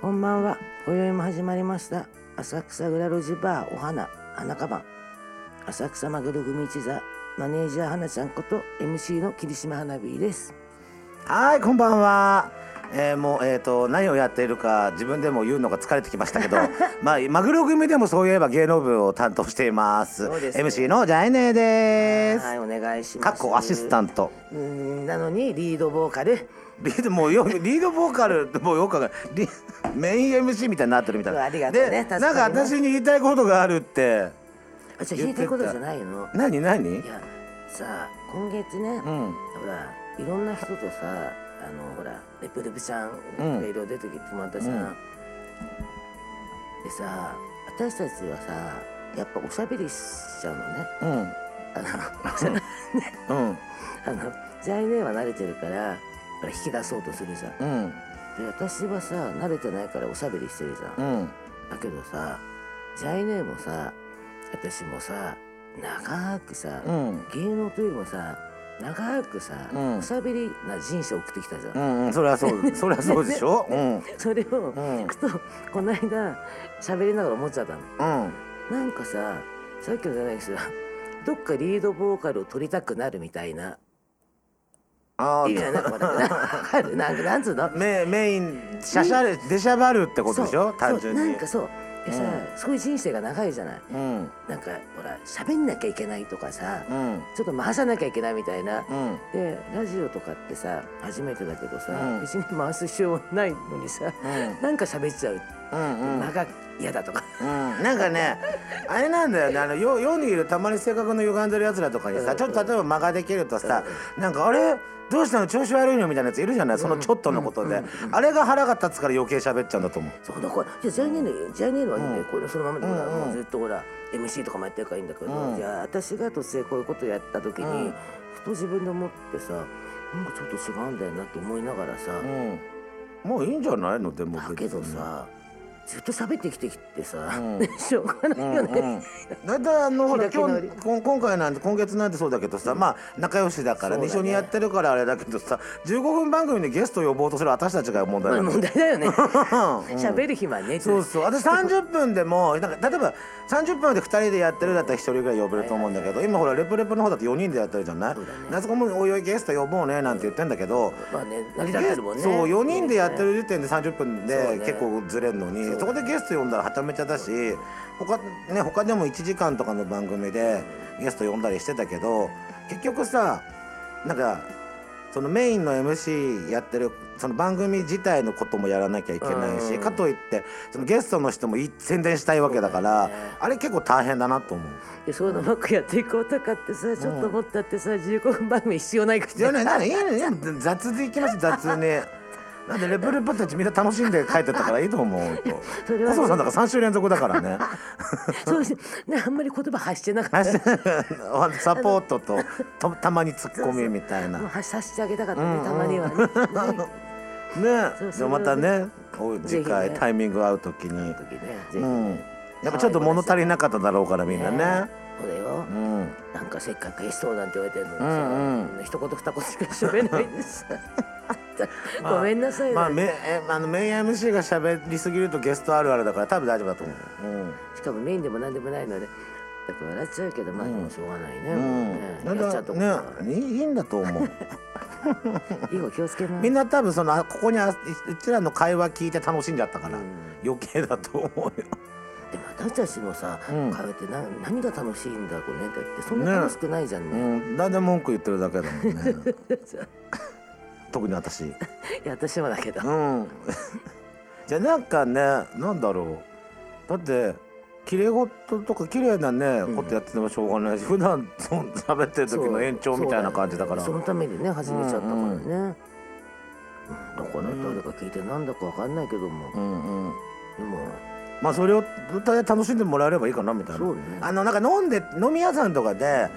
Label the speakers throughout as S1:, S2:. S1: こんばんは。今宵も始まりました。浅草裏路地バーお花花かばん。浅草マグロ組一座マネージャー花ちゃんこと MC の霧島花火です。
S2: はいこんばんは、えーもう、えー、と何をやっているか自分でも言うのが疲れてきましたけ ど、まあ、マグロ組でもそういえば芸能部を担当しています
S1: そうですね
S2: MC のジャイネーです、
S1: はい、お願いしま
S2: か
S1: す。
S2: っこアシスタント
S1: うーん。なのにリードボーカル。
S2: リードもうよリードボーカルもうよくわかんないリメイン MC みたいになってるみたいな
S1: ありがとうね
S2: で
S1: 助か
S2: な
S1: り
S2: ん
S1: ます
S2: か私に言いたいことがあるって
S1: あ、じゃあ弾いてることじゃないの。
S2: 何何
S1: いや、さあ今月ね、
S2: うん
S1: ほらいろんな人とさ、あのほらレプレプちゃんがいろいろ出てきてもらったじゃん。
S2: うん
S1: でさ、私たちはさ、やっぱおしゃべりしちゃうのね。
S2: うん
S1: あの
S2: う
S1: あ
S2: ん
S1: のジャイネは慣れてるからほら引き出そうとするじゃん
S2: うん
S1: で私はさ慣れてないからおしゃべりしてるじゃん、
S2: うん
S1: だけどさジャイネもさ私もさ長くさ、
S2: うん
S1: 芸能というよりもさ長くさ、
S2: うん
S1: おしゃべりな人生を送ってきたじゃん、
S2: うんうんそれは そうそれはそうでしょうん
S1: それを、
S2: うん
S1: ふとこの間喋りながら思っちゃったの
S2: うん
S1: なんかささっきのじゃないけどさどっかリードボーカルを取りたくなるみたいな
S2: あ
S1: いい
S2: ー
S1: じゃんなんかほらなんかなんかなんつうの
S2: メメインしゃしゃれ出しゃばるってことでしょ
S1: そう
S2: 単純
S1: そうな
S2: に
S1: んかそうでさ、すごい人生が長いじゃない
S2: うん
S1: なんかほら喋んなきゃいけないとかさ、
S2: うん
S1: ちょっと回さなきゃいけないみたいな、
S2: うん
S1: でラジオとかってさ初めてだけどさ、
S2: うん
S1: 別に回す必要ないのにさ、
S2: うん
S1: なんか喋っちゃう、
S2: うんうん
S1: 間が嫌だとか
S2: うん、なんか ねあれなんだよねあの世世にいるたまに性格の歪んでるやつらとか
S1: う
S2: に
S1: んう
S2: さ
S1: ん
S2: ちょっと例えば間ができるとさなんかあれどうしたの調子悪いのみたいなやついるじゃないそのちょっとのことであれが腹が立つから余計喋っちゃうんだと思う。
S1: そうだからじゃあジャイネーのジャイネーのはね、
S2: うん
S1: これそのままでほら、
S2: うんうん
S1: もうずっとほら MC とかもやってるからいいんだけど、
S2: うん
S1: じゃあ私が突然こういうことやった時に、
S2: うん
S1: ふと自分で思ってさなんかちょっと違うんだよなって思いながらさ、
S2: うん、もういいんじゃないのでも
S1: だ
S2: 別
S1: け
S2: に
S1: どさずっと喋ってきてきてさ、
S2: うん
S1: しょうがないよね、
S2: だいたいあのほら
S1: 開き直
S2: 今
S1: り
S2: 日こん今回なんて今月なんてそうだけどさ、まあ仲良しだからね、
S1: そうだね
S2: 一緒にやってるからあれだけどさ15分番組にゲスト呼ぼうとする私たちが問題
S1: まあ
S2: なの、
S1: 問題だよね
S2: うん
S1: 喋る暇ね
S2: そうそう私30分でもなんか例えば30分で2人でやってるだったら1人ぐらい呼べると思うんだけど今ほらレプレプの方だって4人でやってるじゃない
S1: そうだね
S2: 夏子も「おいおいゲスト呼ぼうね」なんて言ってんだけど。
S1: まあね成り立ってるもんね
S2: そう4人でやってる時点で30分
S1: そう
S2: で
S1: ね
S2: 結構ずれるのにそ,、
S1: そう
S2: こでゲスト呼んだらはためちゃだし他,、ね、他でも1時間とかの番組でゲスト呼んだりしてたけど結局さなんかそのメインの MC やってるその番組自体のこともやらなきゃいけないし、
S1: うん
S2: かといってそのゲストの人もい宣伝したいわけだから
S1: そうだよね
S2: あれ結構大変だなと思う。
S1: でそういうのうまくやっていこうとかってさ、ちょっと思ったってさ15分番組必要ないか
S2: いや
S1: ら、ね、
S2: ね、なんかいいねいいね雑でいきま す雑に。なんでレプレプたちみんな楽しんで帰ってたからいいと思うと。
S1: それは
S2: 細野さんだから三週連続だか らね。
S1: そうですねあんまり言葉発してなか
S2: あ
S1: った
S2: してサポートとたたまに突っ込みみたいな。
S1: もう
S2: ね
S1: 発させてあげたかったね、たまにはねそう
S2: でもまたね、お
S1: ぜ
S2: 次
S1: ひね
S2: 回タイミング合うときに、
S1: 時ねぜひ、
S2: うん、やっぱちょっと物足りなかっただろうからみんなね。
S1: これよ、
S2: うん。
S1: なんかせっかくゲストなんて言われてるのにさ、
S2: うんうん
S1: 一言二言しか喋れないで さごめんなさいね、
S2: まあめえあのメイン MC が喋りすぎるとゲストあるあるだから多分大丈夫だと思う。うん。
S1: しかもメインでも何でもないのでだから笑っちゃうけどまあでもしょうがないね、
S2: うん
S1: もうねやっちゃうとこ
S2: な
S1: だ
S2: ん
S1: か
S2: かねいいいいんだと思う
S1: ら以後気をつけます
S2: みんな多分そのあここにあうちらの会話聞いて楽しんじゃったから、
S1: うん
S2: 余計だと思うよ
S1: でも私たちもさ、
S2: うん
S1: 会話ってな何が楽しいんだこれねだってそんな楽しくないじゃんね
S2: うん、だんだん文句言ってるだけだもんね 特に私うん
S1: いや私もだけど、
S2: じゃあなんかねなんだろうだって綺麗事とか綺麗なね、
S1: ん
S2: ことやっててもしょうがないし普段そう喋ってる時の延長みたいな感じだから
S1: そうだよねそのためにね始めちゃったからね、
S2: うん
S1: うんだから誰か聞いてなんだかわかんないけども、
S2: うんうん
S1: でも
S2: まあそれを歌で楽しんでもらえればいいかなみたいな、
S1: そうね
S2: あのなんか飲んで飲み屋さんとかで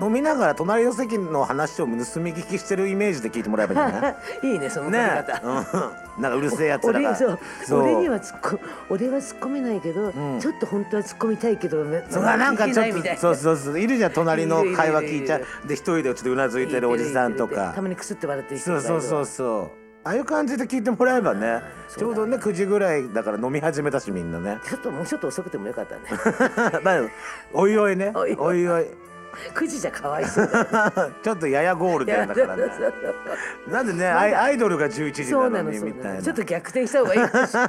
S2: 飲みながら隣の席の話を盗み聞きしてるイメージで聞いてもらえばいいんじゃない
S1: いいねその
S2: ね
S1: 取 り方、
S2: うん、なんかうるせえやつら
S1: 俺
S2: が
S1: そう
S2: そう
S1: 俺には突っ込俺は突っ込めないけど、
S2: うん
S1: ちょっと本当は突っ込みたいけどね
S2: そうなんか
S1: で
S2: ち
S1: き
S2: ょ
S1: ないみ
S2: った
S1: いな
S2: とそうそうそういるじゃん隣の会話聞いちゃ
S1: いるいるいる
S2: うで一人でちょっとうなずいてるおじさんと
S1: た
S2: か
S1: まにくすって笑ってる人
S2: そうそうそうそうああいう感じで聞いてもらえばね
S1: そうだ
S2: ちょうどね9時ぐらいだから飲み始めたしみん なね
S1: ちょっともうちょっと遅くてもよかったね
S2: まあおいおいね
S1: おいお
S2: おい おい
S1: 9時じゃかわいそうだ
S2: ちょっとややゴールデンだか らね
S1: いやそうそう
S2: なんでねアイアイドルが11時
S1: そう
S2: な
S1: な
S2: の
S1: の
S2: に
S1: そう
S2: みた
S1: ない
S2: な
S1: のちょっと逆転した方がいいかもしれ ない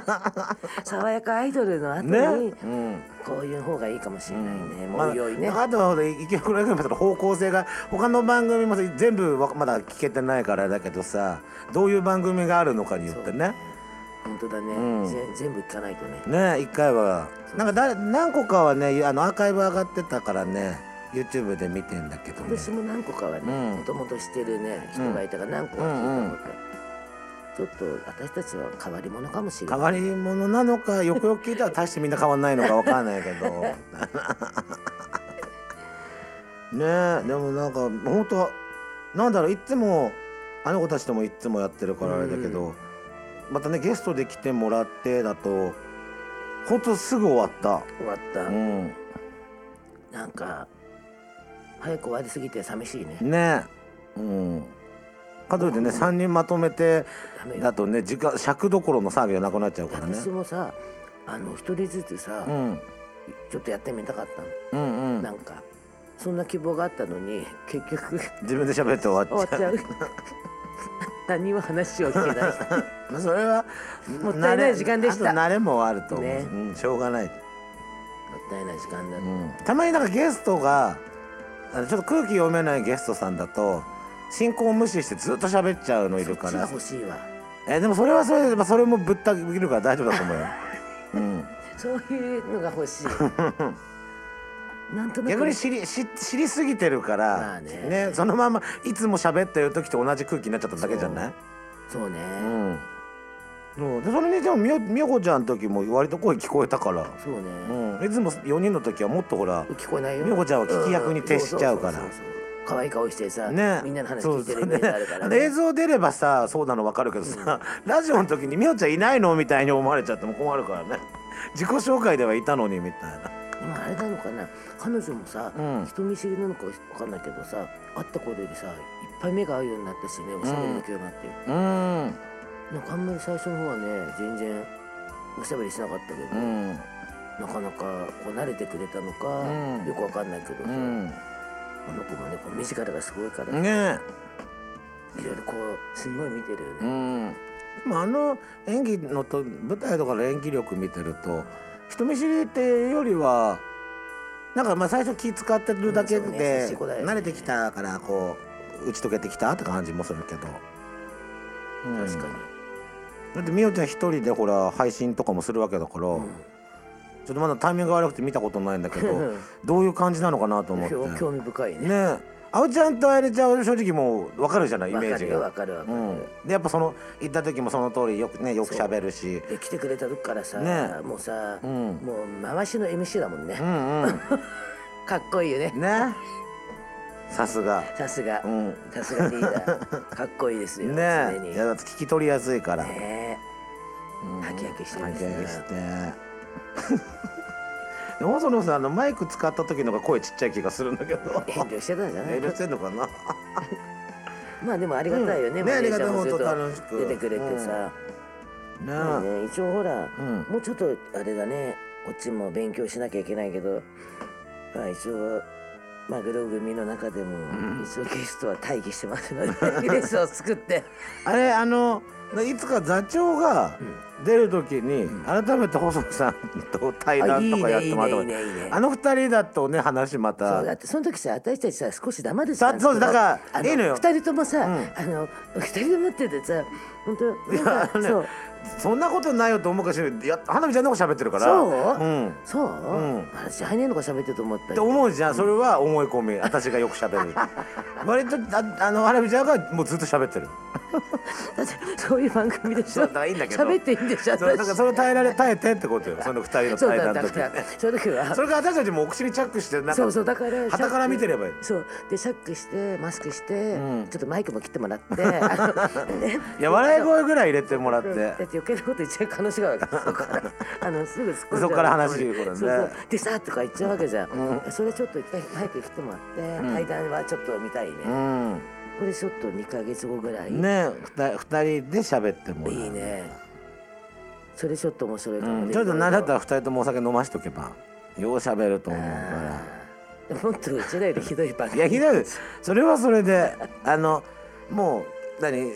S1: 爽やかアイドルの後に、
S2: ねうん
S1: こういう方がいいかもしれないね、
S2: ま
S1: も
S2: あ
S1: ういよいね、
S2: あとはほら池袋駅の方向性が他の番組も全部わまだ聞けてないからだけどさどういう番組があるのかによってね
S1: 本当だね、
S2: うん
S1: ぜ全部聞かないとね
S2: ね一回はなんかだ何個かはねあのアーカイブ上がってたからね YouTube で見てんだけどね
S1: 私も何個かはね
S2: うん
S1: もともとしてるね人がいたから何個か聞いたこと、ちょっと私たちは変わり者かもしれない
S2: 変わり者なのかよくよく聞いたら大してみんな変わんないのかわかんないけど ねえでもなんか本当なんだろういつもあの子たちともいつもやってるからあれだけど、またねゲストで来てもらってだと本当すぐ終わっ
S1: 終わった、
S2: た、うん、
S1: なんか早く終わりすぎて寂しいね、
S2: ねえ、うん、かといってね3人まとめて
S1: ダメよ
S2: だとね時間尺どころの騒ぎがなくなっちゃうからね、
S1: 私もさあの一人ずつさ、
S2: うん、
S1: ちょっとやってみたかったの、
S2: うんうん
S1: なんかそんな希望があったのに結 局
S2: 自分で喋って終わっちゃ
S1: 終
S2: う
S1: わっちゃう 何も話を聞けない
S2: まあそれは
S1: もったいない時間でした
S2: 慣れあと慣れもあると思う、
S1: ね
S2: うん、しょうがない、
S1: もったいない時間だっ
S2: う
S1: た、
S2: んたまになんかゲストがあのちょっと空気読めないゲストさんだと進行を無視してずっと喋っちゃうのいるか
S1: そっ
S2: ら
S1: ちが欲しいわ
S2: えでもそれはそれで、まあ、それもぶった切るから大丈夫だと 思うよ、うん、
S1: そういうのが欲しい なんとなく
S2: 逆に知り知知りすぎてるから、
S1: まあね
S2: ねそのままいつも喋ってる時と同じ空気になっちゃっただけじゃない
S1: そうね、
S2: うんそうでそれにでもみよみよこちゃんの時も割と声聞こえたから、
S1: そうね、
S2: うん、いつも4人の時はもっとほら
S1: 聞こえないよ
S2: 美穂子ちゃんは聞き役に徹しちゃうから
S1: んそそそうそう可愛い顔してさ、
S2: ね、
S1: みんなの話聞いてるイメージあるから、
S2: そうそうね映像出ればさそうなの分かるけどさ、ラジオの時に「みおちゃんいないの?」みたいに思われちゃっても困るからね自己紹介ではいたのにみたいな
S1: でもあれなのかな彼女もさ、
S2: うん
S1: 人見知りなのかわかんないけどさ会った頃よりさいっぱい目が合うようになったしねおしゃべりの気になって、
S2: うん
S1: なんかあんまり最初の方はね全然おしゃべりしなかったけど、
S2: ん
S1: なかなかこう慣れてくれたのか、
S2: うん
S1: よくわかんないけどさ、
S2: うん
S1: あの子もねこう目力がすごいから、
S2: ね
S1: いろいろこうすごい見てるよ
S2: う
S1: ね、
S2: んでもあの演技のと舞台とかの演技力見てると人見知りっていうよりはなんかまあ最初気使ってるだけ
S1: うんそうね優
S2: で
S1: しい子だよね
S2: 慣れてきたからこう打ち解けてきたって感じもするけど、うん
S1: 確かに、
S2: だってみおちゃん一人でほら配信とかもするわけだから、ちょっとまだタイミングが悪くて見たことないんだけどどういう感じなのかなと思って
S1: 興興味深いね
S2: ねえあおちゃんとあやりちゃんは正直もう分かるじゃないイメージ
S1: わ
S2: が。
S1: かるよわか
S2: う
S1: るわかる、
S2: ん、でやっぱその行った時もその通りよくねよく喋るし
S1: で来てくれた時からさ、
S2: ね
S1: もうさ、
S2: うん
S1: もう回しの MC だもんね、
S2: うんうん
S1: かっこいいよね
S2: ねさすが
S1: さすが、
S2: うん
S1: さすがリーダ ーかっこいいですよ、
S2: ね
S1: 常
S2: え
S1: に
S2: いやだって聞き取りやすいから、
S1: ね
S2: うん
S1: ハキハキして
S2: ハ
S1: るん
S2: キ
S1: で
S2: ハ
S1: すね
S2: キしてでもそのさあのマイク使った時の方が声ちっちゃい気がするんだけど
S1: え遠慮してたんじゃない
S2: 遠慮してんのかな
S1: まあでもありがたいよね、
S2: うんね
S1: マネージャーも
S2: あ
S1: ず
S2: り
S1: っ
S2: が
S1: と
S2: たい本当楽しく
S1: 出てくれてさ、まあ
S2: ね
S1: ね、一応ほら、
S2: うん
S1: もうちょっとあれだねこっちも勉強しなきゃいけないけどまあ一応マグロ組の中でも、一応ゲストは待機してますのでゲストを作って
S2: あれあのいつか座長が出る時に、改めて細野さんと対
S1: あ
S2: 談
S1: いい
S2: とかやっ
S1: ねい
S2: て
S1: い
S2: もらっ
S1: ね
S2: た
S1: い
S2: 方
S1: い
S2: が
S1: ねいいね
S2: あの二人だとね話ま
S1: そうだ
S2: た
S1: ってその時さ私たちさ少し黙って
S2: さ
S1: さ
S2: そうだから
S1: あの
S2: いいのよ
S1: 二人ともさ、
S2: ん
S1: あの二人ともっててさ本当
S2: い
S1: な
S2: や
S1: ん
S2: あ
S1: か
S2: のね
S1: そう
S2: そんなことないよと思うかしらいや花見ちゃんの方が喋ってるから
S1: そう
S2: うん
S1: そう、
S2: ん
S1: 私来年の子喋ってると思った
S2: って
S1: よ
S2: 思うじゃんそれは思い込み私がよく 喋る割とああの花見ちゃんがもうずっと喋ってる
S1: だってそういう番組でし
S2: そう
S1: ょ
S2: だからいいんだけど
S1: 喋っていいんでしょ
S2: そうだからそれを
S1: 私
S2: 耐えられ耐えてってことよその二人の
S1: そう
S2: 対
S1: だ
S2: 談
S1: だ
S2: の時
S1: からその時は
S2: それから私たちもお口にチャックしてなんか
S1: そうそうだから
S2: 傍から見てればいい
S1: そうでシャックしてマスクして、
S2: うん
S1: ちょっとマイクも切ってもら ってあのね
S2: いや笑い声ぐらい入れてもらっ
S1: うんだってて余計なこと言っちゃう可能性がある からそこからあのすぐ突っ込んじゃう
S2: そこから話してくるからね
S1: そうそうでさーとか言っちゃうわけじゃん、それちょっと一回マイク切ってもらって、対談はちょっと見たいね、
S2: うん
S1: これちょっと2ヶ月後ぐらい、
S2: ね二二人で喋っても
S1: いいねそれちょっと面白いか
S2: う
S1: もね、
S2: ん、ちょっと何だったら二人ともお酒飲ましとけばよう喋ると思うから。
S1: もっとうちらよりひどい番
S2: い
S1: 組
S2: やひどいですそれはそれであのもう何え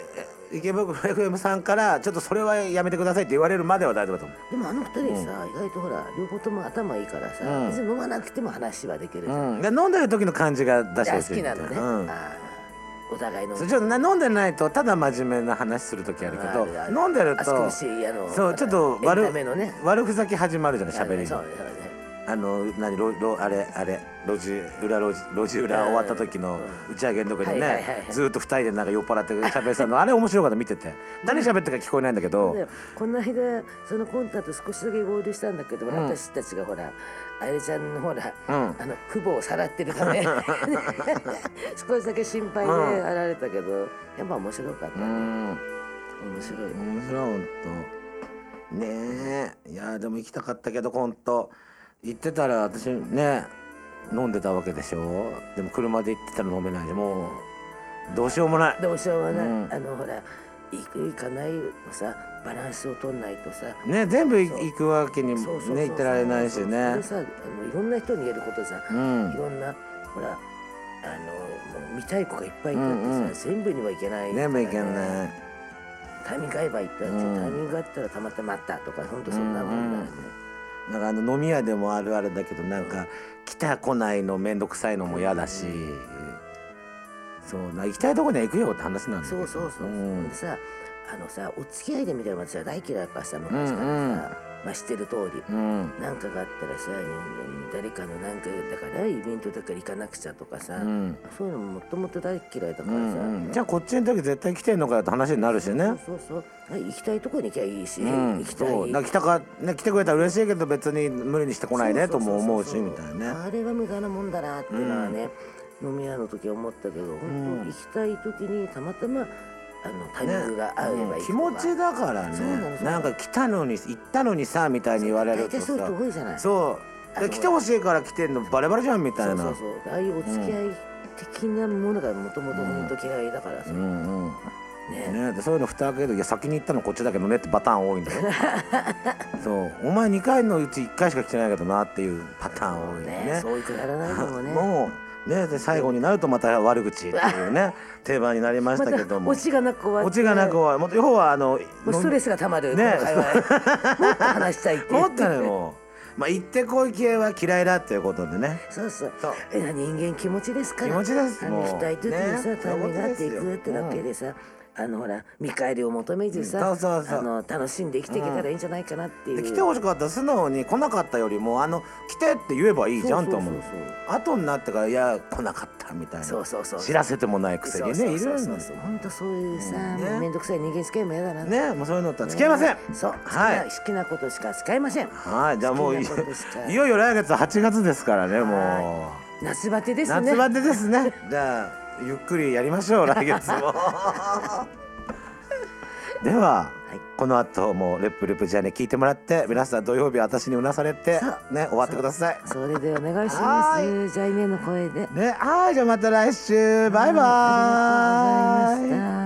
S2: 池袋 FM さんからちょっとそれはやめてくださいって言われるまでは大丈夫だと思
S1: でもあの二人さ、意外とほら両方とも頭いいからさ、
S2: うん
S1: 別に飲まなくても話はできるじゃん、
S2: う、うん、で飲んでる時の感じが出して
S1: あ
S2: ほ
S1: 好
S2: しい
S1: き
S2: みた
S1: ないのね、
S2: うん
S1: あーお互いの
S2: そうちょっとな飲んでないとただ真面目な話する時あるけど飲んでる
S1: あそこの
S2: と
S1: C あの
S2: そうちょっと悪
S1: エンタメのね
S2: 悪ふざけ始まるじゃない喋り
S1: そう
S2: の
S1: ねそうね
S2: あの何ロロあれあれ路地裏路地路地裏終わった時の打ち上げの時に
S1: はいはいはい
S2: ね
S1: はい
S2: ずーっと二人でなんか酔っ払って喋ってたのあれ面白かった見てて誰喋ってるか聞こえないんだけど、
S1: でこの間そのコンタと少しだけ合流したんだけど、私たちがほらあやちゃんのほら、
S2: ん
S1: あの父母をさらってるた め少しだけ心配であられたけど、やっぱ面白かった、
S2: うん
S1: 面白い、
S2: 面白い本当ねえいやでも行きたかったけど本当行ってたら私ね飲んでたわけでしょでも車で行ってたら飲めないでもうどうしようもない
S1: どうしようもない、
S2: うん
S1: あのほら行く行かないのさバランスを取んないとさ
S2: ね全部行くわけに
S1: そう
S2: も
S1: そうそう
S2: ね行ってられないしね
S1: それさあのいろんな人に言えることさ、
S2: うん
S1: いろんなほらあのもう見たい子がいっぱいいるってさ、
S2: うんう
S1: 全
S2: ん
S1: 部にはいけない
S2: 全部行け
S1: い
S2: ない
S1: タイミング合えば行ったら、
S2: うん
S1: タイミングがあったらたまたまあったとか本当そんなもんだよね、
S2: なんかあの飲み屋でもあるあるだけどなんか来た来ないの面倒くさいのも嫌だしそうな行きたいとこには行くよって話なんだけ
S1: そ
S2: ど
S1: うそうそう、
S2: ん
S1: でさあのさお付き合いでみたいな私は大嫌いだからさ昔からさ、
S2: うんうん
S1: まあ、知ってる通り、
S2: うん
S1: なんかがあったらさ誰かのなんかだからイベントだから行かなくちゃとかさ、
S2: うん
S1: そういうのももともと大嫌いだからさ、
S2: うんうんじゃあこっちの時絶対来てんのかよって話になるしね。
S1: そうそうそう行きたいとこに行きゃいいし、
S2: うん、
S1: 行きたい
S2: そうなんか来たか、ね、来てくれたら嬉しいけど別に無理にしてこないねとも思うしみたいなね
S1: あれは無駄なもんだなっていうのはね、飲み屋の時は思ったけど本当行きたい時にたまたまあのタイミングが合えばいい
S2: うん気持ちだから
S1: そうなの
S2: ねなんか来たのに行ったのにさみたいに言われ
S1: 大
S2: ると
S1: 体そういう
S2: さ
S1: 人多いじゃない
S2: そうで来てほしいから来てんのバレバレじゃんみたいな
S1: そうそうそうああいうお付き合い的なものがもともと本当嫌いだからさ、
S2: うんうん
S1: ね
S2: ね、でそういうの蓋開けると「いや先に行ったのこっちだけどね」ってパターン多いん だよそう「お前2回のうち1回しか来てないけどな」っていうパターン多いよ
S1: ねそういうくだらないのもね
S2: もうねで最後になるとまた悪口ってい うね定番になりましたけども
S1: オチがなく終わって
S2: オチがなくはもう要はあの
S1: もうストレスがたまる、
S2: ね
S1: この 会話もっと話したいって
S2: もったねもうまあ行ってこい系は嫌いだっていうことでね
S1: そうそう
S2: そう
S1: えな人間気持ちですから
S2: 気持ちです
S1: あの
S2: もう
S1: 二人ときにさ、
S2: ね
S1: タイミングが合ってい
S2: そう
S1: く
S2: い
S1: っ
S2: うこ
S1: て
S2: とですよ
S1: だけでさ、あのほら見返りを求めずさ、
S2: うんそうそうそう
S1: あの楽しんで生きていけたらいいんじゃないかなっていう、
S2: で来てほしかったら素直に来なかったよりもあの来てって言えばいいじゃんと思う
S1: そうそうそう
S2: 後になってから「いや来なかった」みたいな
S1: そうそうそう
S2: 知らせてもないくせにねいるんですよ
S1: 本当そういうさ、
S2: ね
S1: もうめんどくさい人間付き合いも嫌だな
S2: ねもうそういうのとは付き合いません
S1: そう好きな,、
S2: はい
S1: 好きなことしか使いません
S2: はいじゃあもうい
S1: 好きなことしか
S2: いよいよ来月8月ですからねも
S1: は
S2: う。
S1: 夏バテですね
S2: 夏バテで すね。じゃあゆっくりやりましょう来月も。では、
S1: はい
S2: この後もレップレップじゃね聞いてもらって皆さん土曜日は私にうなされて
S1: さ
S2: ね終わってください。
S1: それでお願いしま
S2: は
S1: すじゃあイメの声で
S2: ねはいじゃあまた来週バイバ
S1: ありがとうございまし
S2: イ。
S1: た